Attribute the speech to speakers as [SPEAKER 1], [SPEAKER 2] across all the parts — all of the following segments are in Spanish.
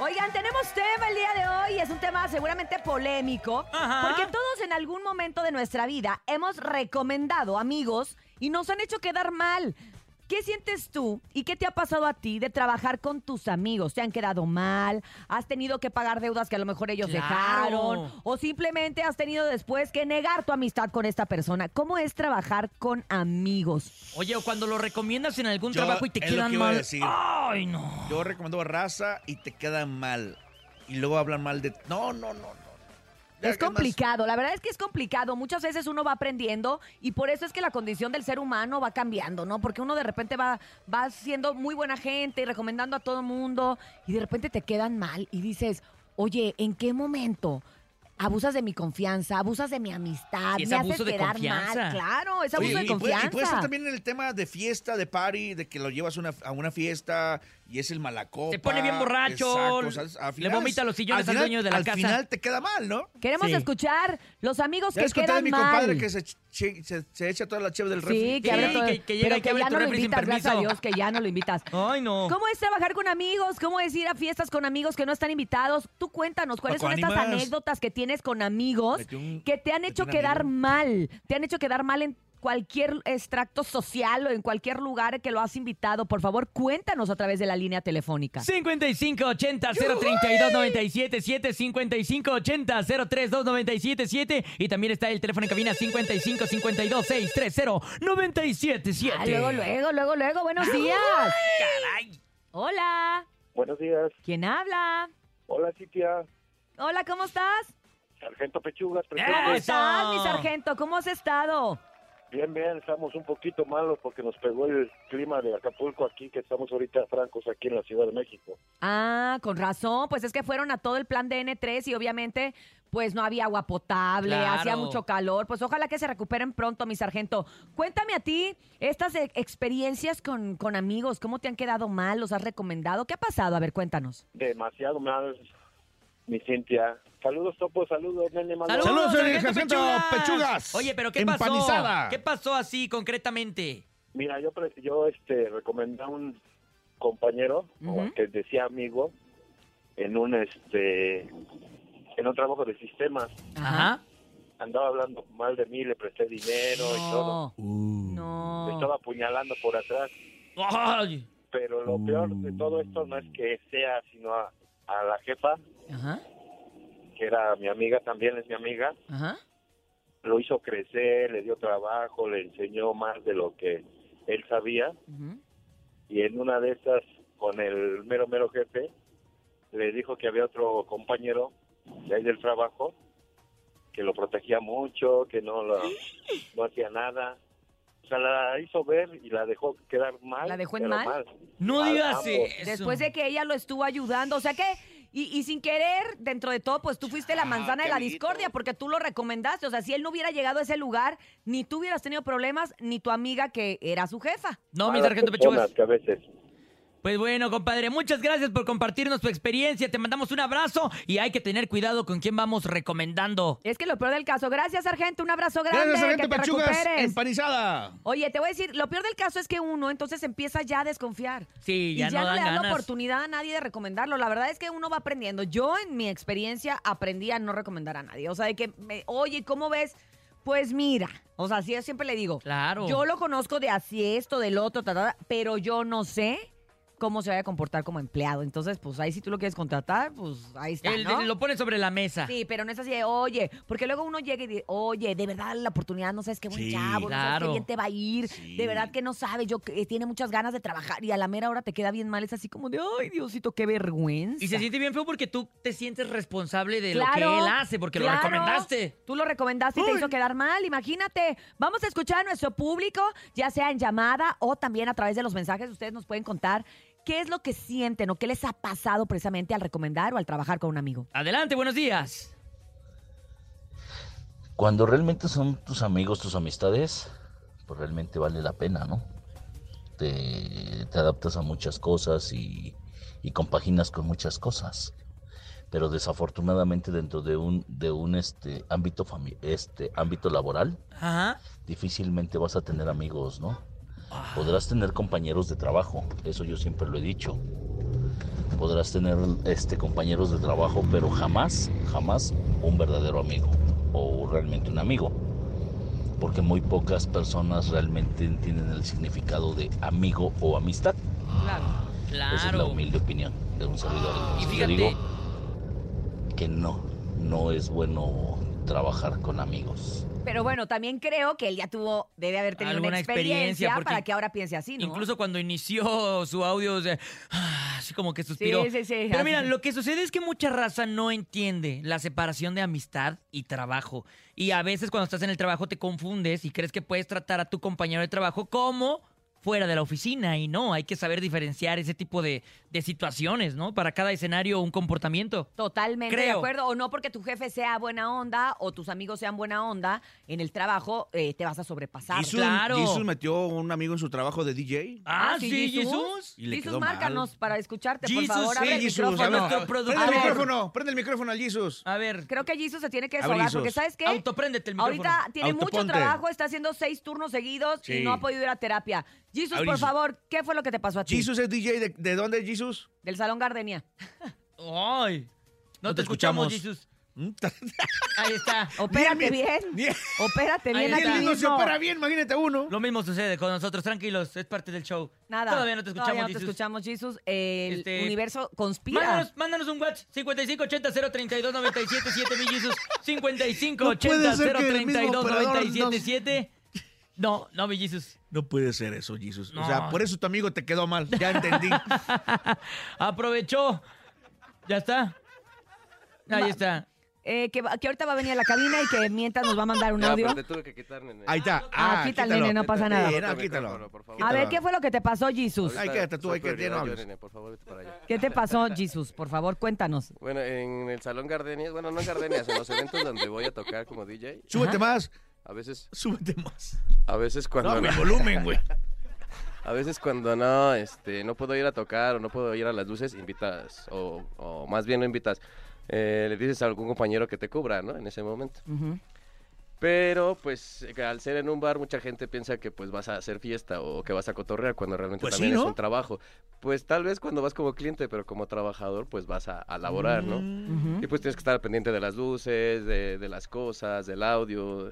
[SPEAKER 1] Oigan, tenemos tema el día de hoy. Es un tema seguramente polémico.
[SPEAKER 2] Ajá.
[SPEAKER 1] Porque todos en algún momento de nuestra vida hemos recomendado amigos y nos han hecho quedar mal. ¿Qué sientes tú y qué te ha pasado a ti de trabajar con tus amigos? ¿Te han quedado mal? ¿Has tenido que pagar deudas que a lo mejor ellos
[SPEAKER 2] Claro.
[SPEAKER 1] dejaron? ¿O simplemente has tenido después que negar tu amistad con esta persona? ¿Cómo es trabajar con amigos?
[SPEAKER 2] Oye, o cuando lo recomiendas en algún
[SPEAKER 3] Yo-
[SPEAKER 2] trabajo y te
[SPEAKER 3] es lo
[SPEAKER 2] quedan
[SPEAKER 3] que iba a
[SPEAKER 2] mal.
[SPEAKER 3] decir.
[SPEAKER 2] Ay, no.
[SPEAKER 3] Yo recomiendo a raza y te quedan mal. Y luego hablan mal de. No, no, no, no. Ya,
[SPEAKER 1] Es
[SPEAKER 3] ¿qué más?
[SPEAKER 1] complicado, la verdad es que es complicado. Muchas veces uno va aprendiendo y por eso es que la condición del ser humano va cambiando, ¿no? Porque uno de repente va, va siendo muy buena gente y recomendando a todo el mundo y de repente te quedan mal y dices, oye, ¿en qué momento? Abusas de mi confianza, abusas de mi amistad,
[SPEAKER 2] Y es
[SPEAKER 1] me
[SPEAKER 2] abuso
[SPEAKER 1] haces
[SPEAKER 2] de
[SPEAKER 1] quedar
[SPEAKER 2] confianza.
[SPEAKER 1] mal. Claro, es abuso
[SPEAKER 3] Oye,
[SPEAKER 1] de
[SPEAKER 3] y puede-
[SPEAKER 1] confianza.
[SPEAKER 3] Y puede ser también en el tema de fiesta, de party, de que lo llevas una- a una fiesta y es el malacopa.
[SPEAKER 2] Se pone bien borracho,
[SPEAKER 3] Exacto, o sea, al
[SPEAKER 2] le
[SPEAKER 3] final
[SPEAKER 2] vomita los sillones al
[SPEAKER 3] final-
[SPEAKER 2] dueño de la casa.
[SPEAKER 3] Al final te queda mal, ¿no?
[SPEAKER 1] Queremos
[SPEAKER 2] Sí.
[SPEAKER 1] escuchar los amigos
[SPEAKER 3] Ya
[SPEAKER 1] que
[SPEAKER 3] les conté de
[SPEAKER 1] quedan
[SPEAKER 3] mi
[SPEAKER 1] mal.
[SPEAKER 3] compadre que se, ch- che- se- se echa toda la cheve del
[SPEAKER 1] Sí,
[SPEAKER 3] refri.
[SPEAKER 1] que
[SPEAKER 2] Sí,
[SPEAKER 1] abre
[SPEAKER 2] que-
[SPEAKER 1] todo-
[SPEAKER 2] que llega y
[SPEAKER 1] pero
[SPEAKER 2] que abre
[SPEAKER 1] ya
[SPEAKER 2] tu
[SPEAKER 1] no lo
[SPEAKER 2] refri sin
[SPEAKER 1] invitas, gracias a
[SPEAKER 2] permiso.
[SPEAKER 1] Dios, que ya no lo invitas.
[SPEAKER 2] Ay, no.
[SPEAKER 1] ¿Cómo es trabajar con amigos? ¿Cómo es ir a fiestas con amigos que no están invitados? Tú cuéntanos, ¿cuáles son estas
[SPEAKER 3] Pacoanimas.
[SPEAKER 1] anécdotas que tienes con amigos
[SPEAKER 3] Metí un-
[SPEAKER 1] que te han
[SPEAKER 3] metí
[SPEAKER 1] hecho
[SPEAKER 3] un
[SPEAKER 1] quedar
[SPEAKER 3] amigo.
[SPEAKER 1] mal? Te han hecho quedar mal en cualquier extracto social o en cualquier lugar que lo has invitado. Por favor, cuéntanos a través de la línea telefónica.
[SPEAKER 2] 5580-032-977, 5580-032-977 y también está el teléfono en cabina 5552-630-977.
[SPEAKER 1] Ah, luego, luego, luego, luego. Buenos días.
[SPEAKER 2] Caray.
[SPEAKER 1] Hola.
[SPEAKER 4] Buenos días.
[SPEAKER 1] ¿Quién habla?
[SPEAKER 4] Hola, Cintia.
[SPEAKER 1] Hola, ¿cómo estás?
[SPEAKER 4] Sargento Pechugas,
[SPEAKER 2] ¡Eso!
[SPEAKER 1] ¿Cómo
[SPEAKER 4] presente.
[SPEAKER 1] estás, mi sargento? ¿Cómo has estado?
[SPEAKER 4] Bien, bien, estamos un poquito malos porque nos pegó el clima de Acapulco aquí, que estamos ahorita francos aquí en la Ciudad de México.
[SPEAKER 1] Ah, con razón, pues es que fueron a todo el plan de N3 y obviamente pues no había agua potable,
[SPEAKER 2] Claro.
[SPEAKER 1] hacía mucho calor, pues ojalá que se recuperen pronto, mi sargento. Cuéntame a ti estas e- experiencias con, con amigos, ¿cómo te han quedado mal? ¿Los has recomendado? ¿Qué ha pasado? A ver, cuéntanos.
[SPEAKER 4] Demasiado mal, mi Cintia. Saludos, Topo, saludos, nene, mando-
[SPEAKER 2] Saludos,
[SPEAKER 3] Saludos,
[SPEAKER 2] sargento
[SPEAKER 3] sargento
[SPEAKER 2] Pechugas.
[SPEAKER 3] Pechugas.
[SPEAKER 2] Oye, pero ¿qué
[SPEAKER 3] Empanizada.
[SPEAKER 2] pasó? ¿Qué pasó así concretamente?
[SPEAKER 4] Mira, yo, pre- yo este, recomendé a un compañero, o
[SPEAKER 1] Ujú.
[SPEAKER 4] que decía amigo, en un, este, en un trabajo de sistemas.
[SPEAKER 2] Ajá.
[SPEAKER 4] Andaba hablando mal de mí, le presté dinero y todo.
[SPEAKER 1] No,
[SPEAKER 3] Uh.
[SPEAKER 4] Me
[SPEAKER 1] no.
[SPEAKER 4] estaba apuñalando por atrás.
[SPEAKER 2] Ay.
[SPEAKER 4] Pero lo peor de todo esto no es que sea, sino a, a la jefa,
[SPEAKER 1] Ajá,
[SPEAKER 4] que era mi amiga, también es mi amiga.
[SPEAKER 1] ajá.
[SPEAKER 4] Lo hizo crecer, le dio trabajo, le enseñó más de lo que él sabía.
[SPEAKER 1] ujú.
[SPEAKER 4] Y en una de esas, con el mero, mero jefe, le dijo que había otro compañero de ahí del trabajo que lo protegía mucho, que no, lo, no hacía nada. O sea, la hizo ver y la dejó quedar mal.
[SPEAKER 1] ¿La dejó en
[SPEAKER 4] pero
[SPEAKER 1] mal?
[SPEAKER 2] No
[SPEAKER 4] Al-
[SPEAKER 2] digas
[SPEAKER 4] ambos.
[SPEAKER 2] eso.
[SPEAKER 1] Después de que ella lo estuvo ayudando, o sea que, y, y sin querer, dentro de todo, pues tú fuiste
[SPEAKER 3] Ah,
[SPEAKER 1] la manzana de la discordia porque tú lo recomendaste. O sea, si él no hubiera llegado a ese lugar, ni tú hubieras tenido problemas, ni tu amiga que era su jefa.
[SPEAKER 2] No, mi
[SPEAKER 4] Malas
[SPEAKER 2] sargento
[SPEAKER 4] personas
[SPEAKER 2] Pechugas.
[SPEAKER 4] que a veces
[SPEAKER 2] Pues bueno, compadre, muchas gracias por compartirnos tu experiencia. Te mandamos un abrazo y hay que tener cuidado con quién vamos recomendando.
[SPEAKER 1] Es que lo peor del caso. Gracias, sargento. Un abrazo grande.
[SPEAKER 3] Gracias, sargento
[SPEAKER 1] que te
[SPEAKER 3] Pechugas.
[SPEAKER 1] recuperes.
[SPEAKER 3] Empanizada.
[SPEAKER 1] Oye, te voy a decir, lo peor del caso es que uno entonces empieza ya a desconfiar.
[SPEAKER 2] Sí, ya
[SPEAKER 1] y ya
[SPEAKER 2] no
[SPEAKER 1] no,
[SPEAKER 2] dan
[SPEAKER 1] le da la
[SPEAKER 2] ganas.
[SPEAKER 1] oportunidad a nadie de recomendarlo. La verdad es que uno va aprendiendo. Yo, en mi experiencia, aprendí a no recomendar a nadie. O sea, de que, me, oye, ¿cómo ves? Pues mira, o sea, así yo siempre le digo.
[SPEAKER 2] Claro.
[SPEAKER 1] Yo lo conozco de así esto, del otro, ta, ta, ta, pero yo no sé cómo se vaya a comportar como empleado. Entonces, pues ahí si tú lo quieres contratar, pues ahí está,
[SPEAKER 2] Él-
[SPEAKER 1] ¿no?
[SPEAKER 2] Lo pone sobre la mesa.
[SPEAKER 1] Sí, pero no es así de, oye, porque luego uno llega y dice, oye, de verdad la oportunidad, no sabes qué buen
[SPEAKER 3] Sí,
[SPEAKER 1] chavo, no sabes qué
[SPEAKER 2] claro.
[SPEAKER 1] bien te va a ir,
[SPEAKER 3] Sí.
[SPEAKER 1] de verdad que no sabe, yo que- eh, tiene muchas ganas de trabajar y a la mera hora te queda bien mal, es así como de, ay, Diosito, qué vergüenza.
[SPEAKER 2] Y se siente bien feo porque tú te sientes responsable de
[SPEAKER 1] Claro,
[SPEAKER 2] lo que él hace, porque lo
[SPEAKER 1] claro.
[SPEAKER 2] recomendaste.
[SPEAKER 1] Tú lo recomendaste y te
[SPEAKER 3] Uy.
[SPEAKER 1] hizo quedar mal, imagínate. Vamos a escuchar a nuestro público, ya sea en llamada o también a través de los mensajes, ustedes nos pueden contar qué es lo que sienten o qué les ha pasado precisamente al recomendar o al trabajar con un amigo.
[SPEAKER 2] Adelante, buenos días.
[SPEAKER 5] Cuando realmente son tus amigos, tus amistades, pues realmente vale la pena, ¿no? Te, te adaptas a muchas cosas y, y compaginas con muchas cosas. Pero desafortunadamente dentro de un, de un este, ámbito, fami- este, ámbito laboral,
[SPEAKER 2] Ajá.
[SPEAKER 5] difícilmente vas a tener
[SPEAKER 2] Ah.
[SPEAKER 5] amigos, ¿no? Podrás tener compañeros de trabajo, eso yo siempre lo he dicho. podrás tener este, compañeros de trabajo, pero jamás, jamás un verdadero amigo o realmente un amigo. Porque muy pocas personas realmente entienden el significado de amigo o amistad.
[SPEAKER 1] Claro.
[SPEAKER 5] Esa es la
[SPEAKER 2] Claro.
[SPEAKER 5] humilde opinión de un servidor.
[SPEAKER 2] Y
[SPEAKER 5] Entonces, yo
[SPEAKER 2] fíjate-
[SPEAKER 5] digo que no, no es bueno trabajar con amigos.
[SPEAKER 1] Pero bueno, también creo que él ya tuvo, debe haber tenido
[SPEAKER 2] Alguna
[SPEAKER 1] una
[SPEAKER 2] experiencia,
[SPEAKER 1] experiencia,
[SPEAKER 2] porque
[SPEAKER 1] para que ahora piense así, ¿no?
[SPEAKER 2] Incluso cuando inició su audio, o sea, ah, así como que suspiró.
[SPEAKER 1] Sí, sí, sí.
[SPEAKER 2] Pero mira,
[SPEAKER 1] Así.
[SPEAKER 2] lo que sucede es que mucha raza no entiende la separación de amistad y trabajo. Y a veces cuando estás en el trabajo te confundes y crees que puedes tratar a tu compañero de trabajo como fuera de la oficina. Y no, hay que saber diferenciar ese tipo de, de situaciones, ¿no? Para cada escenario un comportamiento.
[SPEAKER 1] Totalmente de
[SPEAKER 2] Creo.
[SPEAKER 1] acuerdo. O no porque tu jefe sea buena onda o tus amigos sean buena onda en el trabajo, eh, te vas a sobrepasar.
[SPEAKER 2] Y su-
[SPEAKER 3] Jesús
[SPEAKER 2] Ah, claro.
[SPEAKER 3] metió un amigo en su trabajo de DJ.
[SPEAKER 2] Ah, sí, Jesús.
[SPEAKER 3] Y le
[SPEAKER 1] Jesús,
[SPEAKER 3] quedó mal.
[SPEAKER 1] márcanos para escucharte,
[SPEAKER 2] Jesús,
[SPEAKER 1] por favor.
[SPEAKER 2] sí,
[SPEAKER 1] abre el
[SPEAKER 2] Jesús, a ver,
[SPEAKER 1] micrófono.
[SPEAKER 2] nuestro productor.
[SPEAKER 3] Prende el
[SPEAKER 1] A ver.
[SPEAKER 3] micrófono, Ah, prende el micrófono al Jesus.
[SPEAKER 2] A ver,
[SPEAKER 1] Creo que Jesus se tiene que
[SPEAKER 3] Abre,
[SPEAKER 1] deshogar
[SPEAKER 3] Jesus.
[SPEAKER 1] porque ¿sabes qué?
[SPEAKER 2] autopréndete el micrófono.
[SPEAKER 1] Ahorita tiene mucho
[SPEAKER 3] Autoponte.
[SPEAKER 1] trabajo, está haciendo seis turnos seguidos
[SPEAKER 3] Sí.
[SPEAKER 1] y no ha podido ir a terapia. Jesus,
[SPEAKER 3] Abre,
[SPEAKER 1] por
[SPEAKER 3] Jesus.
[SPEAKER 1] favor, ¿qué fue lo que te pasó a ti?
[SPEAKER 3] Jesus es DJ. ¿De, de dónde es Jesus?
[SPEAKER 1] Del Salón Gardenia.
[SPEAKER 2] Ay, no,
[SPEAKER 3] No
[SPEAKER 2] te
[SPEAKER 3] te
[SPEAKER 2] escuchamos,
[SPEAKER 3] escuchamos.
[SPEAKER 2] Jesús. Ahí está.
[SPEAKER 1] Opérate
[SPEAKER 3] bien.
[SPEAKER 1] bien.
[SPEAKER 3] Bien.
[SPEAKER 1] Opérate bien
[SPEAKER 2] Ahí
[SPEAKER 1] aquí
[SPEAKER 2] está.
[SPEAKER 3] Él no se
[SPEAKER 1] mismo.
[SPEAKER 3] opera bien, imagínate uno.
[SPEAKER 2] Lo mismo sucede con nosotros, tranquilos, es parte del show.
[SPEAKER 1] Nada.
[SPEAKER 2] Todavía no te escuchamos,
[SPEAKER 1] Todavía no te
[SPEAKER 2] Jesús.
[SPEAKER 1] escuchamos, Jesus. El
[SPEAKER 2] Este,
[SPEAKER 1] universo conspira.
[SPEAKER 2] Mándanos, mándanos un WhatsApp 5580 032 97 7 mi Jesus 5580
[SPEAKER 3] No puede ser que el
[SPEAKER 2] 032
[SPEAKER 3] mismo operador
[SPEAKER 2] 97 7 No, no mi Jesus.
[SPEAKER 3] No puede ser eso, Jesus.
[SPEAKER 2] No.
[SPEAKER 3] O sea, por eso tu amigo te quedó mal. Ya entendí.
[SPEAKER 2] Aprovechó. Ya está. Ahí está.
[SPEAKER 1] Eh, que, va- que ahorita va a venir a la cabina y que mientras nos va a mandar un
[SPEAKER 6] Ya,
[SPEAKER 1] audio.
[SPEAKER 6] pero te tuve que quitar, nene.
[SPEAKER 3] Ahí está.
[SPEAKER 1] Ah, quítale, nene, no pasa nada.
[SPEAKER 3] Sí,
[SPEAKER 6] Otro
[SPEAKER 3] no,
[SPEAKER 6] micrófono,
[SPEAKER 3] ah, quítalo.
[SPEAKER 6] por favor.
[SPEAKER 1] A ver, ¿qué fue lo que te pasó, Jesus?
[SPEAKER 6] Ahorita
[SPEAKER 3] Ay, quédate tú,
[SPEAKER 6] soy
[SPEAKER 3] pues, ahí que- ya no
[SPEAKER 6] prioridad yo,
[SPEAKER 3] hables.
[SPEAKER 6] nene, por favor, vete para allá.
[SPEAKER 1] ¿Qué te pasó, Jesus? Por favor, cuéntanos.
[SPEAKER 6] Bueno, en el Salón Gardenias, bueno, no en Gardenias, en los eventos donde voy a tocar como DJ,
[SPEAKER 3] Súbete más,
[SPEAKER 6] a veces,
[SPEAKER 3] súbete más.
[SPEAKER 6] a veces cuando
[SPEAKER 3] No,
[SPEAKER 6] no,
[SPEAKER 3] mi volumen, güey.
[SPEAKER 6] a veces cuando no, este, no puedo ir a tocar o no puedo ir a las luces, invitas, o, o más bien no invitas, eh, le dices a algún compañero que te cubra, ¿no? En ese momento.
[SPEAKER 1] Ujú.
[SPEAKER 6] Pero, pues, eh, al ser en un bar, mucha gente piensa que pues vas a hacer fiesta o que vas a cotorrear cuando realmente
[SPEAKER 3] Pues
[SPEAKER 6] también
[SPEAKER 3] sí,
[SPEAKER 6] es
[SPEAKER 3] ¿no?
[SPEAKER 6] un trabajo. Pues tal vez cuando vas como cliente, pero como trabajador, pues vas a, a laborar, ¿no?
[SPEAKER 3] Mm.
[SPEAKER 1] Ujú.
[SPEAKER 6] Y pues tienes que estar pendiente de las luces, de, de las cosas, del audio.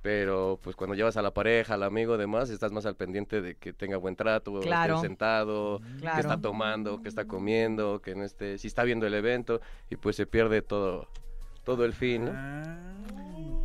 [SPEAKER 6] Pero pues cuando llevas a la pareja, al amigo, demás, estás más al pendiente de que tenga buen trato,
[SPEAKER 1] Claro.
[SPEAKER 6] esté sentado, que
[SPEAKER 1] Claro.
[SPEAKER 6] está tomando, que está comiendo, que no esté, si está viendo el evento, y pues se pierde todo, todo el fin, ¿no?
[SPEAKER 3] ¿Y
[SPEAKER 6] Y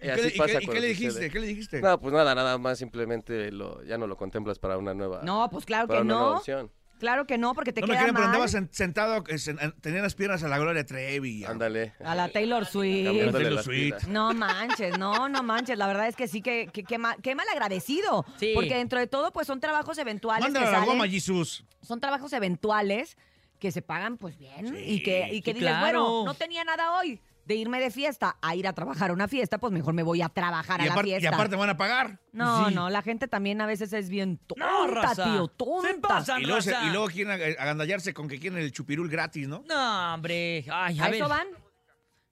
[SPEAKER 3] qué,
[SPEAKER 6] así
[SPEAKER 3] le- y
[SPEAKER 6] pasa
[SPEAKER 3] qué- y
[SPEAKER 6] cuando
[SPEAKER 3] qué le
[SPEAKER 6] sucede.
[SPEAKER 3] dijiste? ¿Qué le dijiste?
[SPEAKER 6] No, pues nada, nada más, simplemente lo, ya no lo contemplas para una nueva,
[SPEAKER 1] No, pues claro
[SPEAKER 6] para
[SPEAKER 1] que
[SPEAKER 6] una nueva
[SPEAKER 1] no.
[SPEAKER 6] opción.
[SPEAKER 1] Claro que no, porque te
[SPEAKER 3] no me
[SPEAKER 1] queda
[SPEAKER 3] quieren, pero
[SPEAKER 1] mal.
[SPEAKER 3] andaba sen- sentado, eh, sen- eh, tenía las piernas a la Gloria Trevi. ya.
[SPEAKER 6] Ándale.
[SPEAKER 1] A la Taylor Swift.
[SPEAKER 6] cambiándole
[SPEAKER 3] Taylor
[SPEAKER 6] las
[SPEAKER 3] Swift.
[SPEAKER 6] pilas.
[SPEAKER 1] No manches, no, no manches. La verdad es que sí, que, que, que ma- qué mal agradecido.
[SPEAKER 2] Sí.
[SPEAKER 1] Porque dentro de todo, pues son trabajos eventuales.
[SPEAKER 3] Mándale
[SPEAKER 1] que
[SPEAKER 3] a la
[SPEAKER 1] salen,
[SPEAKER 3] goma, Jesús.
[SPEAKER 1] son trabajos eventuales que se pagan pues bien y que, y que
[SPEAKER 2] sí,
[SPEAKER 1] dices,
[SPEAKER 2] claro.
[SPEAKER 1] bueno, no tenía nada hoy de irme de fiesta a ir a trabajar a una fiesta, pues mejor me voy a trabajar
[SPEAKER 3] Y,
[SPEAKER 1] a la
[SPEAKER 3] apar- y
[SPEAKER 1] fiesta.
[SPEAKER 3] aparte van a pagar.
[SPEAKER 1] no,
[SPEAKER 2] Sí.
[SPEAKER 1] no, la gente también a veces es bien tonta,
[SPEAKER 2] No, raza.
[SPEAKER 1] tío,
[SPEAKER 2] Se
[SPEAKER 1] tonta.
[SPEAKER 2] pasan.
[SPEAKER 3] Y luego, se-
[SPEAKER 2] raza.
[SPEAKER 3] y luego quieren ag- agandallarse con que quieren el chupirul gratis, ¿no?
[SPEAKER 2] No, hombre. Ay, a,
[SPEAKER 1] ¿A
[SPEAKER 2] ver.
[SPEAKER 1] eso van?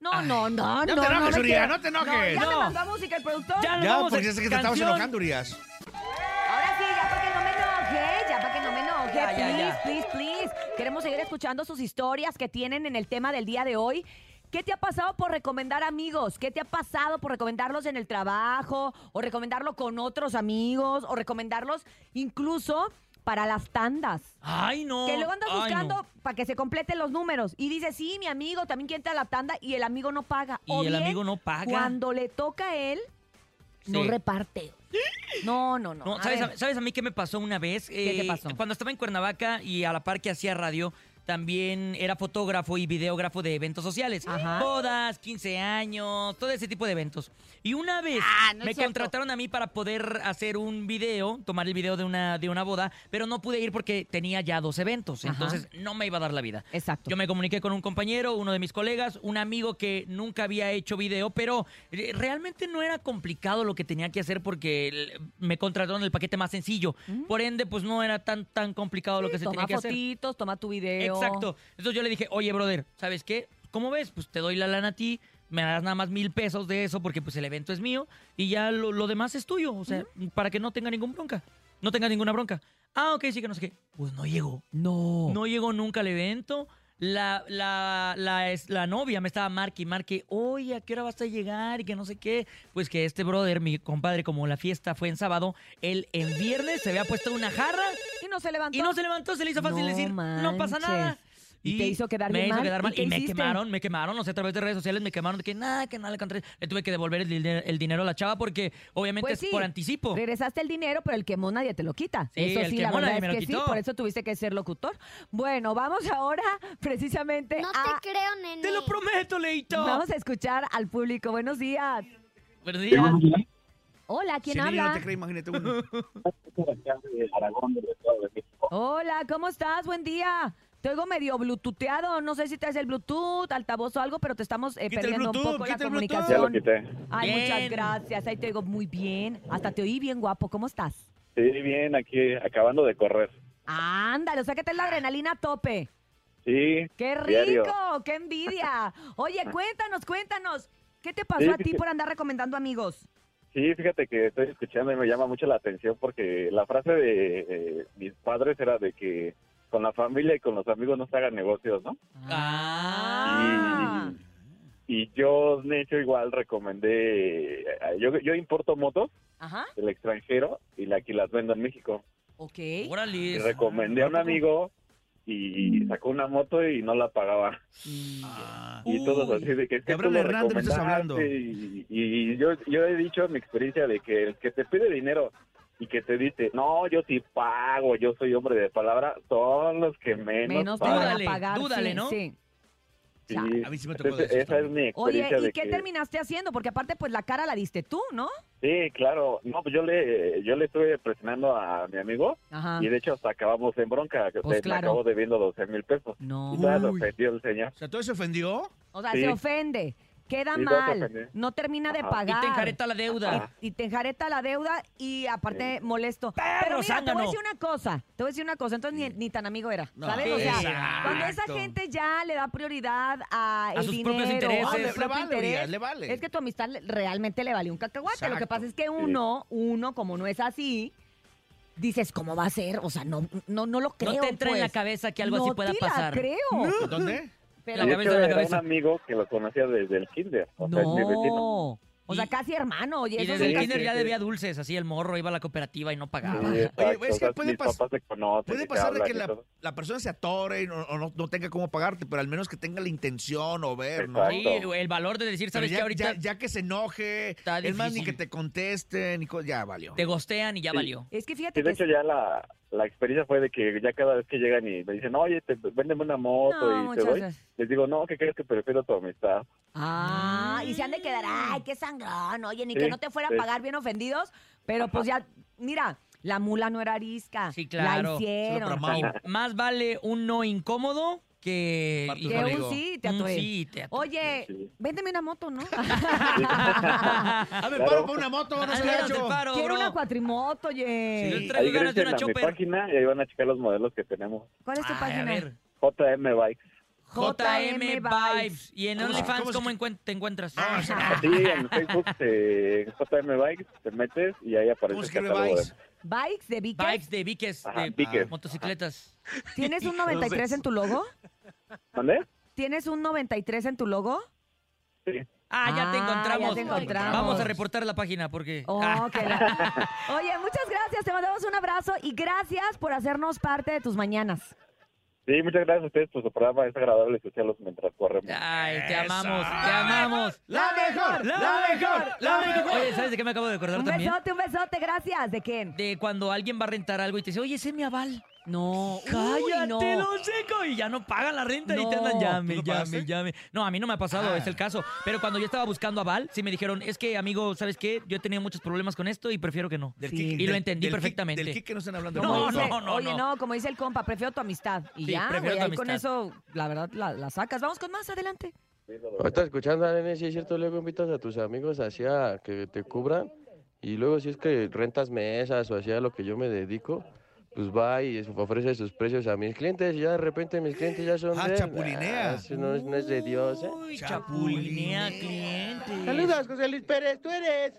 [SPEAKER 1] No, no, no, no.
[SPEAKER 3] No te enojes,
[SPEAKER 1] me
[SPEAKER 3] Uriah,
[SPEAKER 1] quiero-
[SPEAKER 3] no te enojes.
[SPEAKER 1] ya me
[SPEAKER 2] No.
[SPEAKER 1] mandó música el productor.
[SPEAKER 2] Ya nos
[SPEAKER 3] Ya,
[SPEAKER 2] vamos a
[SPEAKER 3] porque es que te estabas
[SPEAKER 2] canción.
[SPEAKER 3] enojando, Urias.
[SPEAKER 1] Ahora sí, ya para que no me enoje, ya para que no me enoje,
[SPEAKER 2] Ya, ya,
[SPEAKER 1] please,
[SPEAKER 2] ya.
[SPEAKER 1] please, please. Queremos seguir escuchando sus historias que tienen en el tema del día de hoy. ¿Qué te ha pasado por recomendar amigos? ¿Qué te ha pasado por recomendarlos en el trabajo? ¿O recomendarlo con otros amigos? ¿O recomendarlos incluso para las tandas?
[SPEAKER 2] Ay, no.
[SPEAKER 1] Que luego andas
[SPEAKER 2] Ay, no.
[SPEAKER 1] buscando para que se completen los números. Y dice, sí, mi amigo también quiere entrar a la tanda y el amigo no paga.
[SPEAKER 2] Y
[SPEAKER 1] O
[SPEAKER 2] el
[SPEAKER 1] bien,
[SPEAKER 2] amigo no paga.
[SPEAKER 1] Cuando le toca a él, no
[SPEAKER 2] Sí.
[SPEAKER 1] reparte. No, no, no.
[SPEAKER 2] No,
[SPEAKER 1] A
[SPEAKER 2] ¿sabes,
[SPEAKER 1] ver.
[SPEAKER 2] a, sabes a mí qué me pasó una vez? Eh,
[SPEAKER 1] ¿Qué te pasó?
[SPEAKER 2] Cuando estaba en Cuernavaca y a la par que hacía radio, también era fotógrafo y videógrafo de eventos sociales.
[SPEAKER 1] Ajá.
[SPEAKER 2] Bodas, 15 años, todo ese tipo de eventos. Y una vez
[SPEAKER 1] Ah, no es
[SPEAKER 2] me
[SPEAKER 1] cierto.
[SPEAKER 2] contrataron a mí para poder hacer un video, tomar el video de una, de una boda, pero no pude ir porque tenía ya dos eventos.
[SPEAKER 1] Ajá.
[SPEAKER 2] Entonces no me iba a dar la vida.
[SPEAKER 1] Exacto.
[SPEAKER 2] Yo me comuniqué con un compañero, uno de mis colegas, un amigo que nunca había hecho video, pero eh, realmente no era complicado lo que tenía que hacer porque el- me contrataron el paquete más sencillo. Por ende, pues no era tan, tan complicado lo que se
[SPEAKER 1] toma
[SPEAKER 2] tenía que hacer.
[SPEAKER 1] fotitos, toma tu video.
[SPEAKER 2] Exacto. Entonces yo le dije, oye, brother, ¿sabes qué? ¿Cómo ves? Pues te doy la lana a ti, me das nada más mil pesos de eso porque pues el evento es mío y ya lo, lo demás es tuyo, o sea, para que no tenga ningún bronca, no tenga ninguna bronca. Ah, ok, sí que no sé qué. Pues no llegó.
[SPEAKER 7] No.
[SPEAKER 2] No llegó nunca al evento. La, la, la, es- la novia me estaba marque y marque, oye, ¿a qué hora vas a llegar? Y que no sé qué. Pues que este brother, mi compadre, como la fiesta fue en sábado, él en viernes se había puesto una jarra
[SPEAKER 1] Y no se levantó.
[SPEAKER 2] y no se levantó, se le hizo fácil
[SPEAKER 1] No
[SPEAKER 2] decir, no pasa nada.
[SPEAKER 1] manches. Y te hizo quedar
[SPEAKER 2] me
[SPEAKER 1] bien
[SPEAKER 2] hizo
[SPEAKER 1] mal.
[SPEAKER 2] quedar
[SPEAKER 1] ¿Y
[SPEAKER 2] mal.
[SPEAKER 1] qué
[SPEAKER 2] Y, me
[SPEAKER 1] hiciste?
[SPEAKER 2] quemaron, me quemaron, no sé, a través de redes sociales me quemaron de que nada, que nada le encontré. Le tuve que devolver el, diner- el dinero a la chava porque obviamente
[SPEAKER 1] Pues
[SPEAKER 2] es
[SPEAKER 1] sí,
[SPEAKER 2] por anticipo.
[SPEAKER 1] Regresaste el dinero, pero el quemó nadie te lo quita.
[SPEAKER 2] Sí,
[SPEAKER 1] eso
[SPEAKER 2] el
[SPEAKER 1] sí, la
[SPEAKER 2] quemó
[SPEAKER 1] verdad
[SPEAKER 2] nadie
[SPEAKER 1] es
[SPEAKER 2] me lo
[SPEAKER 1] que sí,
[SPEAKER 2] quitó.
[SPEAKER 1] por eso tuviste que ser locutor. Bueno, vamos ahora precisamente
[SPEAKER 8] No
[SPEAKER 1] a...
[SPEAKER 8] te creo, nene.
[SPEAKER 2] Te lo prometo, Leito.
[SPEAKER 1] Vamos a escuchar al público. Buenos días.
[SPEAKER 2] Buenos días.
[SPEAKER 1] Hola, ¿quién
[SPEAKER 3] Si el niño
[SPEAKER 1] habla?
[SPEAKER 3] no te cree, imagínate uno.
[SPEAKER 1] Hola, ¿cómo estás? Buen día. Te oigo medio bluetooteado. No sé si traes el Bluetooth, altavoz o algo, pero te estamos eh,
[SPEAKER 3] Quita el
[SPEAKER 1] perdiendo un
[SPEAKER 3] Bluetooth,
[SPEAKER 1] poco la
[SPEAKER 3] quita el Bluetooth.
[SPEAKER 1] comunicación.
[SPEAKER 4] Ya lo quité.
[SPEAKER 1] Ay,
[SPEAKER 2] Bien.
[SPEAKER 1] muchas gracias. Ahí te oigo muy bien. Hasta te oí bien guapo. ¿Cómo estás?
[SPEAKER 4] Sí, bien, aquí acabando de correr.
[SPEAKER 1] Ándale, o sea que te es la adrenalina a tope.
[SPEAKER 4] Sí,
[SPEAKER 1] ¡Qué
[SPEAKER 4] Diario.
[SPEAKER 1] rico! ¡Qué envidia! Oye, cuéntanos, cuéntanos. ¿Qué te pasó
[SPEAKER 4] Sí,
[SPEAKER 1] a ti
[SPEAKER 4] fíjate.
[SPEAKER 1] por andar recomendando amigos?
[SPEAKER 4] sí, fíjate que estoy escuchando y me llama mucho la atención porque la frase de eh, mis padres era de que con la familia y con los amigos no se hagan negocios, ¿no?
[SPEAKER 1] Ah.
[SPEAKER 4] Y yo, de hecho, igual recomendé, eh, yo, yo importo motos
[SPEAKER 1] Ajá,
[SPEAKER 4] del extranjero y la- aquí las vendo en México.
[SPEAKER 1] ok.
[SPEAKER 4] Y
[SPEAKER 2] Órale.
[SPEAKER 4] recomendé a un amigo y sacó una moto y no la pagaba.
[SPEAKER 3] Ah,
[SPEAKER 4] Y todos
[SPEAKER 2] Uy.
[SPEAKER 4] así de que es que
[SPEAKER 3] Gabriel
[SPEAKER 4] tú lo
[SPEAKER 3] Hernández, me estás
[SPEAKER 4] recomendaste
[SPEAKER 3] hablando.
[SPEAKER 4] Y, y yo, yo he dicho mi experiencia de que el que te pide dinero y que te dice, no, yo sí pago, yo soy hombre de palabra, son los que menos,
[SPEAKER 1] Menos te
[SPEAKER 4] pagan.
[SPEAKER 1] van a
[SPEAKER 2] Dúdale,
[SPEAKER 1] pagar.
[SPEAKER 2] dúdale,
[SPEAKER 1] sí,
[SPEAKER 2] ¿no?
[SPEAKER 1] sí.
[SPEAKER 4] pues, Sí.
[SPEAKER 3] A mí sí me tocó
[SPEAKER 4] Entonces,
[SPEAKER 3] de esos
[SPEAKER 4] esa es mi
[SPEAKER 1] Oye,
[SPEAKER 4] experiencia
[SPEAKER 1] ¿y
[SPEAKER 4] de
[SPEAKER 1] qué
[SPEAKER 4] que-
[SPEAKER 1] terminaste haciendo? Porque aparte, pues la cara la diste tú, ¿no?
[SPEAKER 4] Sí, claro. No, pues yo le, yo le estuve presionando a mi amigo
[SPEAKER 1] Ajá.
[SPEAKER 4] y de hecho hasta acabamos en bronca. que
[SPEAKER 1] Ah. Pues
[SPEAKER 4] me
[SPEAKER 1] claro.
[SPEAKER 4] acabó debiendo 12 mil pesos.
[SPEAKER 1] No.
[SPEAKER 4] Y todavía se
[SPEAKER 3] Uy.
[SPEAKER 4] ofendió el señor.
[SPEAKER 3] O sea, ¿todo se ofendió?
[SPEAKER 1] O sea,
[SPEAKER 4] Sí.
[SPEAKER 1] se ofende, queda
[SPEAKER 4] Sí, todo se
[SPEAKER 1] mal,
[SPEAKER 4] ofende.
[SPEAKER 1] no termina de
[SPEAKER 4] Ajá.
[SPEAKER 2] Y te
[SPEAKER 1] pagar.
[SPEAKER 2] enjareta la deuda.
[SPEAKER 1] y te enjareta la deuda y
[SPEAKER 2] Eh,
[SPEAKER 1] aparte molesto. Pero mira, te voy
[SPEAKER 2] zángano!
[SPEAKER 1] a decir una cosa, te voy a decir una cosa, entonces ni, ni tan amigo era,
[SPEAKER 3] No,
[SPEAKER 1] ¿sabes? O sea,
[SPEAKER 2] exacto.
[SPEAKER 1] cuando esa gente ya le da prioridad a,
[SPEAKER 2] A
[SPEAKER 1] el
[SPEAKER 2] sus
[SPEAKER 1] dinero,
[SPEAKER 2] propios
[SPEAKER 3] No,
[SPEAKER 2] intereses. Ah,
[SPEAKER 1] a su
[SPEAKER 3] le, le
[SPEAKER 1] propio
[SPEAKER 3] vale,
[SPEAKER 1] interés,
[SPEAKER 3] Urias, le vale.
[SPEAKER 1] es que tu amistad le- realmente le valió un cacahuate. Lo que
[SPEAKER 3] Exacto.
[SPEAKER 1] pasa es que uno, uno, como no es así, dices, ¿cómo va a ser? O sea, no, no, no lo creo.
[SPEAKER 2] no te entra en la
[SPEAKER 1] pues.
[SPEAKER 2] cabeza que algo así
[SPEAKER 1] No
[SPEAKER 2] pueda
[SPEAKER 1] te la
[SPEAKER 2] pasar.
[SPEAKER 1] creo.
[SPEAKER 3] ¿Dónde?
[SPEAKER 1] Pero-
[SPEAKER 2] La
[SPEAKER 4] Y de
[SPEAKER 2] cabeza,
[SPEAKER 4] hecho,
[SPEAKER 2] la
[SPEAKER 4] era
[SPEAKER 2] cabeza.
[SPEAKER 4] un amigo que lo conocía desde el kinder. O sea, es mi vecino.
[SPEAKER 1] no. O sea,
[SPEAKER 2] Y-
[SPEAKER 1] casi hermano. Oye,
[SPEAKER 2] Y
[SPEAKER 1] eso
[SPEAKER 2] desde
[SPEAKER 1] sí
[SPEAKER 2] el
[SPEAKER 1] casi-
[SPEAKER 2] kinder ya
[SPEAKER 4] sí.
[SPEAKER 2] debía dulces, así el morro iba a la cooperativa y no pagaba.
[SPEAKER 4] Sí, exacto.
[SPEAKER 3] Ah, Oye, es que
[SPEAKER 4] O sea,
[SPEAKER 3] puede
[SPEAKER 4] mis
[SPEAKER 3] pas-
[SPEAKER 4] papás se conocen,
[SPEAKER 3] Puede
[SPEAKER 4] se
[SPEAKER 3] pasar de
[SPEAKER 4] hablan
[SPEAKER 3] que
[SPEAKER 4] y
[SPEAKER 3] la,
[SPEAKER 4] todo.
[SPEAKER 3] la persona se atore y no, o no- no tenga cómo pagarte, pero al menos que tenga la intención o ver, ¿no?
[SPEAKER 4] Exacto.
[SPEAKER 2] Sí, el valor de decir,
[SPEAKER 3] Pero
[SPEAKER 2] ¿sabes
[SPEAKER 3] ya,
[SPEAKER 2] qué? Ahorita
[SPEAKER 3] ya- ya que se enoje,
[SPEAKER 2] Está
[SPEAKER 3] es más, ni que
[SPEAKER 2] difícil.
[SPEAKER 3] te contesten, ni co- ya valió.
[SPEAKER 2] te gostean y ya valió.
[SPEAKER 1] Es que fíjate
[SPEAKER 4] Sí, de
[SPEAKER 1] que
[SPEAKER 3] pues
[SPEAKER 4] hecho ya la, la experiencia fue de que ya cada vez que llegan y me dicen, oye, te, véndeme una moto
[SPEAKER 1] No,
[SPEAKER 4] y te
[SPEAKER 1] muchas
[SPEAKER 4] doy,
[SPEAKER 1] gracias.
[SPEAKER 4] les digo, no, que crees que prefiero tu amistad?
[SPEAKER 1] Ah, y se han de quedar,
[SPEAKER 2] Mm.
[SPEAKER 1] ay, qué sangrón, oye, ni que
[SPEAKER 4] Sí,
[SPEAKER 1] no te
[SPEAKER 2] Este,
[SPEAKER 1] fuera a
[SPEAKER 4] sí.
[SPEAKER 1] pagar bien ofendidos, pero pues ya, mira, la mula no era arisca.
[SPEAKER 2] Sí, claro.
[SPEAKER 1] La
[SPEAKER 3] Se lo
[SPEAKER 1] hicieron.
[SPEAKER 3] programó.
[SPEAKER 2] Más vale un no incómodo que,
[SPEAKER 3] Parte
[SPEAKER 1] Que
[SPEAKER 2] híjole,
[SPEAKER 3] Rodrigo.
[SPEAKER 1] un sí te atoré.
[SPEAKER 2] un sí, te atoré.
[SPEAKER 1] Oye,
[SPEAKER 4] Sí.
[SPEAKER 1] véndeme una moto, ¿no?
[SPEAKER 3] A ver,
[SPEAKER 4] Claro.
[SPEAKER 3] paro para una moto, no se
[SPEAKER 2] Haznos el
[SPEAKER 3] gacho.
[SPEAKER 2] paro,
[SPEAKER 1] Quiero
[SPEAKER 2] bro.
[SPEAKER 1] una cuatrimoto, oye.
[SPEAKER 2] Sí.
[SPEAKER 4] Ahí
[SPEAKER 2] Traigo ganas de
[SPEAKER 4] ingresen
[SPEAKER 2] una
[SPEAKER 4] a mi
[SPEAKER 2] chopper.
[SPEAKER 4] página y ahí van a checar los modelos que tenemos.
[SPEAKER 1] ¿Cuál es tu
[SPEAKER 2] Ay,
[SPEAKER 1] página?
[SPEAKER 2] a ver,
[SPEAKER 4] JM Bikes.
[SPEAKER 2] JM Vibes. Y en
[SPEAKER 3] ¿Cómo se-
[SPEAKER 2] OnlyFans,
[SPEAKER 3] cómo Ah, se-
[SPEAKER 2] ¿cómo encuent- te encuentras?
[SPEAKER 4] Así en Facebook, te, JM Bikes, te metes y ahí aparece
[SPEAKER 3] ¿Cómo
[SPEAKER 4] el
[SPEAKER 3] se escribe
[SPEAKER 4] catálogo de-
[SPEAKER 3] Vice?
[SPEAKER 1] Bikes de Vickers.
[SPEAKER 2] Bikes de biques,
[SPEAKER 4] Ajá,
[SPEAKER 2] de
[SPEAKER 4] Vickers.
[SPEAKER 2] motocicletas.
[SPEAKER 1] ¿Tienes un
[SPEAKER 3] Hijos de
[SPEAKER 1] 93 en
[SPEAKER 3] su-
[SPEAKER 1] tu logo?
[SPEAKER 4] ¿Dónde?
[SPEAKER 1] ¿Tienes un 93 en tu logo?
[SPEAKER 2] Ah, ya te
[SPEAKER 1] Ah,
[SPEAKER 2] encontramos.
[SPEAKER 1] ya te encontramos.
[SPEAKER 2] Vamos a reportar la página porque. ah,
[SPEAKER 1] Oh, que la- Oye, muchas gracias, te mandamos un abrazo y gracias por hacernos parte de tus mañanas.
[SPEAKER 4] Sí, muchas gracias a ustedes por su programa, es agradable escucharlos mientras corremos.
[SPEAKER 3] Ah,
[SPEAKER 2] Ay, te
[SPEAKER 3] Eso.
[SPEAKER 2] amamos, te amamos.
[SPEAKER 3] ¡La mejor! ¡La mejor! ¡La mejor!
[SPEAKER 2] Oye, ¿sabes de qué me acabo de acordar
[SPEAKER 1] Un
[SPEAKER 2] también?
[SPEAKER 1] besote, un besote, gracias. ¿De quién?
[SPEAKER 2] De cuando alguien va a rentar algo y te dice, oye, ese es mi aval.
[SPEAKER 1] No,
[SPEAKER 2] ¡Cállate,
[SPEAKER 1] no.
[SPEAKER 2] don seco! Y ya no pagan la renta y te
[SPEAKER 1] No.
[SPEAKER 2] andan, llame,
[SPEAKER 3] ¿Tú no
[SPEAKER 2] llame,
[SPEAKER 3] pagaste?
[SPEAKER 2] llame. No, a mí no me ha pasado,
[SPEAKER 3] Ah.
[SPEAKER 2] es el caso. Pero cuando yo estaba buscando aval, sí me dijeron, es que, amigo, ¿sabes qué? Yo he tenido muchos problemas con esto y prefiero que no.
[SPEAKER 3] Del
[SPEAKER 1] Sí.
[SPEAKER 3] kick-
[SPEAKER 2] Y lo
[SPEAKER 3] del-
[SPEAKER 2] entendí
[SPEAKER 3] del kick-
[SPEAKER 2] perfectamente.
[SPEAKER 3] Del kick que no están hablando.
[SPEAKER 2] No,
[SPEAKER 1] Como
[SPEAKER 3] No,
[SPEAKER 1] dice-
[SPEAKER 2] no, no,
[SPEAKER 1] Oye,
[SPEAKER 2] no.
[SPEAKER 1] no, como dice el compa, prefiero tu amistad. Y
[SPEAKER 2] Sí,
[SPEAKER 1] ya,
[SPEAKER 2] prefiero
[SPEAKER 1] güey,
[SPEAKER 2] tu
[SPEAKER 1] ahí con
[SPEAKER 2] amistad.
[SPEAKER 1] eso, la verdad, la, la sacas. Vamos con más adelante.
[SPEAKER 6] Ahorita escuchando, nene, si es cierto, luego invitas a tus amigos hacia que te cubran y luego si es que rentas mesas o hacia lo que yo me dedico, pues va y es- ofrece sus precios a mis clientes y ya de repente mis clientes ya son
[SPEAKER 3] Ah,
[SPEAKER 6] de él.
[SPEAKER 3] chapulinea.
[SPEAKER 6] Ah, eso no, es- no es de Dios, ¿eh?
[SPEAKER 2] Uy, chapulinea
[SPEAKER 3] Chapulinea.
[SPEAKER 2] cliente.
[SPEAKER 6] Saludos, José Luis Pérez, tú eres.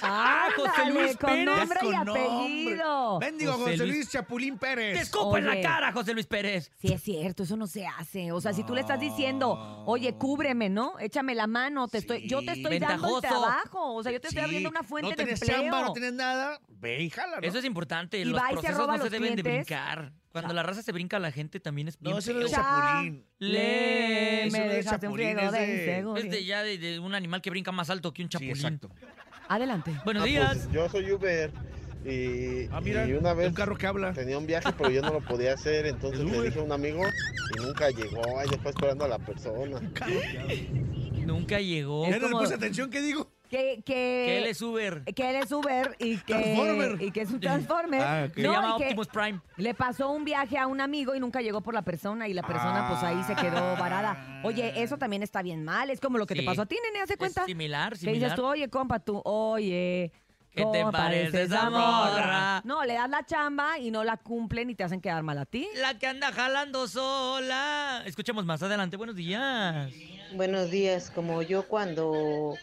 [SPEAKER 2] Ah, José Luis
[SPEAKER 1] con
[SPEAKER 2] Pérez.
[SPEAKER 1] nombre y
[SPEAKER 3] Con nombre.
[SPEAKER 1] apellido.
[SPEAKER 3] Bendigo
[SPEAKER 2] José
[SPEAKER 3] José
[SPEAKER 2] Luis-
[SPEAKER 3] Luis Chapulín
[SPEAKER 2] Te
[SPEAKER 3] Pérez.
[SPEAKER 2] escupo en la
[SPEAKER 1] Oye.
[SPEAKER 2] cara, José Luis Pérez.
[SPEAKER 1] Sí, es cierto, eso no se hace. O sea, si tú le estás diciendo, oye, cúbreme, ¿no? Échame la mano, te estoy, yo te
[SPEAKER 3] Sí.
[SPEAKER 1] estoy dando
[SPEAKER 2] Ventajoso.
[SPEAKER 1] el trabajo. O sea, yo te estoy
[SPEAKER 3] Sí,
[SPEAKER 1] abriendo una fuente
[SPEAKER 3] no
[SPEAKER 1] de
[SPEAKER 3] tenés
[SPEAKER 1] empleo.
[SPEAKER 3] chamba, no tenés nada, ve y
[SPEAKER 6] Ah,
[SPEAKER 3] jala, ¿no?
[SPEAKER 2] Eso es importante.
[SPEAKER 1] Y
[SPEAKER 2] los
[SPEAKER 1] va y se
[SPEAKER 2] procesos
[SPEAKER 1] roba
[SPEAKER 2] no
[SPEAKER 1] a
[SPEAKER 2] se
[SPEAKER 1] los
[SPEAKER 2] deben de
[SPEAKER 1] clientes.
[SPEAKER 2] brincar. Cuando
[SPEAKER 1] Chao.
[SPEAKER 2] la raza se brinca, la gente también es bien
[SPEAKER 3] No, eso no es de
[SPEAKER 2] feo.
[SPEAKER 1] Chao.
[SPEAKER 3] Chapulín.
[SPEAKER 2] Le-
[SPEAKER 1] Le,
[SPEAKER 3] Eso
[SPEAKER 1] me
[SPEAKER 3] no es
[SPEAKER 1] dejaste un
[SPEAKER 3] chapulín,
[SPEAKER 1] friego
[SPEAKER 3] es
[SPEAKER 1] de
[SPEAKER 3] de-
[SPEAKER 2] Es de
[SPEAKER 1] inseguridad.
[SPEAKER 2] ya de, de un animal que brinca más alto que un
[SPEAKER 3] Sí,
[SPEAKER 2] chapulín.
[SPEAKER 3] exacto.
[SPEAKER 1] Adelante.
[SPEAKER 2] Buenos
[SPEAKER 7] Ah,
[SPEAKER 2] días.
[SPEAKER 7] pues, yo soy Uber y,
[SPEAKER 3] Ah, mira,
[SPEAKER 7] y una vez
[SPEAKER 3] un carro que habla.
[SPEAKER 7] tenía un viaje, pero yo no lo podía hacer, entonces
[SPEAKER 3] El
[SPEAKER 7] le
[SPEAKER 3] Uber.
[SPEAKER 7] dije a un amigo y nunca llegó, ahí después esperando a la persona.
[SPEAKER 2] Nunca llegó.
[SPEAKER 1] Es
[SPEAKER 3] Ya no le
[SPEAKER 1] como-
[SPEAKER 3] puse atención, ¿qué digo?
[SPEAKER 1] Que, que,
[SPEAKER 2] Que él es Uber.
[SPEAKER 1] que él es Uber y que,
[SPEAKER 3] Transformer.
[SPEAKER 1] y que es un Transformer.
[SPEAKER 3] Ah, ok.
[SPEAKER 2] Se
[SPEAKER 1] No, y
[SPEAKER 2] llama
[SPEAKER 1] que
[SPEAKER 2] Optimus Prime.
[SPEAKER 1] Le pasó un viaje a un amigo y nunca llegó por la persona y la persona pues ahí se quedó varada. Oye, eso también está bien mal. Es como lo que
[SPEAKER 2] Ah. Sí.
[SPEAKER 1] te pasó a ti, nene, ¿hace cuenta?
[SPEAKER 2] Es similar,
[SPEAKER 1] Que dices
[SPEAKER 2] similar.
[SPEAKER 1] tú, oye, compa, tú, oye.
[SPEAKER 2] ¿Qué te
[SPEAKER 1] compa,
[SPEAKER 2] parece
[SPEAKER 1] eres
[SPEAKER 2] esa morra?
[SPEAKER 1] No, le das la chamba y no la cumplen y te hacen quedar mal a ti.
[SPEAKER 2] La que anda jalando sola. Escuchemos más adelante. Buenos días.
[SPEAKER 8] Buenos días, como yo cuando,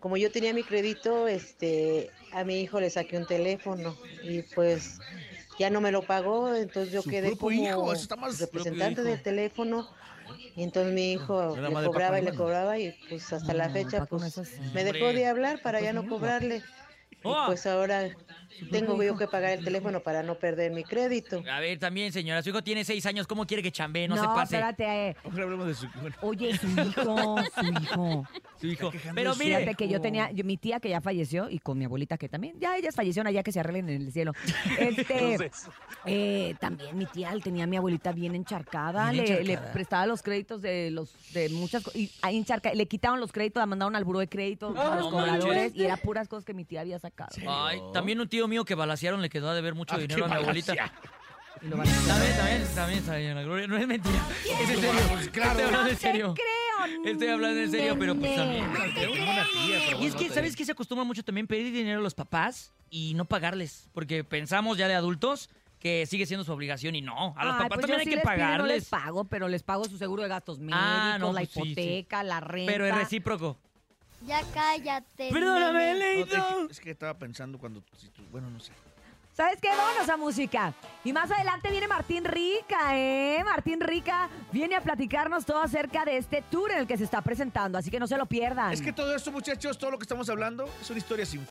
[SPEAKER 8] como yo tenía mi crédito, este, a mi hijo le saqué un teléfono y pues ya no me lo pagó, entonces yo
[SPEAKER 3] Su
[SPEAKER 8] quedé
[SPEAKER 3] propio
[SPEAKER 8] como
[SPEAKER 3] hijo, eso está más-
[SPEAKER 8] representante
[SPEAKER 2] propio hijo.
[SPEAKER 8] del teléfono y entonces mi hijo
[SPEAKER 3] Era
[SPEAKER 8] le
[SPEAKER 3] más de
[SPEAKER 8] cobraba y
[SPEAKER 3] Paco
[SPEAKER 8] le
[SPEAKER 3] Ramón.
[SPEAKER 8] cobraba y pues hasta la
[SPEAKER 1] No,
[SPEAKER 8] fecha
[SPEAKER 1] Paco, no
[SPEAKER 8] pues
[SPEAKER 1] es así.
[SPEAKER 8] me dejó
[SPEAKER 2] Hombre.
[SPEAKER 8] de hablar para ya no
[SPEAKER 1] Paco, no.
[SPEAKER 8] cobrarle y
[SPEAKER 2] Oh.
[SPEAKER 8] pues ahora tengo
[SPEAKER 1] hijo.
[SPEAKER 8] yo que pagar el teléfono para no perder mi crédito.
[SPEAKER 2] A ver, también, señora. Su hijo tiene seis años. ¿Cómo quiere que chambee? No, se pase.
[SPEAKER 1] espérate. eh.
[SPEAKER 3] Ojalá hablemos de su... Bueno,
[SPEAKER 1] Oye, su hijo, su hijo.
[SPEAKER 2] Su hijo.
[SPEAKER 3] Está quejando
[SPEAKER 2] Pero
[SPEAKER 3] de su-
[SPEAKER 2] mire,
[SPEAKER 1] Fíjate que yo tenía, yo- mi tía que ya falleció y con mi abuelita que también, ya ellas fallecieron allá que se arreglen en el cielo. Este, eh, también mi tía tenía a mi abuelita bien encharcada,
[SPEAKER 2] Bien
[SPEAKER 1] le, le
[SPEAKER 2] encharcada.
[SPEAKER 1] prestaba los créditos de los de muchas cosas, y ahí encharca- le quitaron los créditos, la mandaron al buró de crédito a los
[SPEAKER 2] no
[SPEAKER 1] cobradores
[SPEAKER 2] manches.
[SPEAKER 1] y era puras cosas que mi tía había sacado.
[SPEAKER 2] Ay, también un tío mío que balasearon le quedó a deber mucho
[SPEAKER 3] Ah,
[SPEAKER 2] dinero a
[SPEAKER 3] qué
[SPEAKER 2] mi abuelita. También, también, también, señora Gloria. No es mentira. Es en serio.
[SPEAKER 3] Pues claro.
[SPEAKER 2] Estoy hablando en serio.
[SPEAKER 1] Creo.
[SPEAKER 2] Estoy hablando en serio, pero pues también.
[SPEAKER 3] una tía, pero
[SPEAKER 2] Y es
[SPEAKER 3] bueno,
[SPEAKER 2] que,
[SPEAKER 3] no
[SPEAKER 2] ¿sabes qué se acostumbra mucho también? Pedir dinero a los papás y no pagarles. Porque pensamos ya de adultos que sigue siendo su obligación y no. A los
[SPEAKER 1] Ay,
[SPEAKER 2] papás
[SPEAKER 1] pues yo
[SPEAKER 2] también hay
[SPEAKER 1] sí
[SPEAKER 2] que
[SPEAKER 1] les pido, no les
[SPEAKER 2] pagarles.
[SPEAKER 1] pago, pero les pago su seguro de gastos médicos,
[SPEAKER 2] Ah, no,
[SPEAKER 1] la
[SPEAKER 2] pues sí, sí.
[SPEAKER 1] hipoteca, la renta.
[SPEAKER 2] pero es recíproco.
[SPEAKER 9] Ya cállate.
[SPEAKER 2] Perdóname,
[SPEAKER 9] nene.
[SPEAKER 3] te-
[SPEAKER 2] Leito.
[SPEAKER 3] es que estaba pensando cuando... si tú- bueno, no sé.
[SPEAKER 1] ¿Sabes qué? Vámonos a música. Y más adelante viene Martín Rica, ¿eh? Martín Rica viene a platicarnos todo acerca de este tour en el que se está presentando, así que no se lo pierdan.
[SPEAKER 3] Es que todo esto, muchachos, todo lo que estamos hablando es una historia sin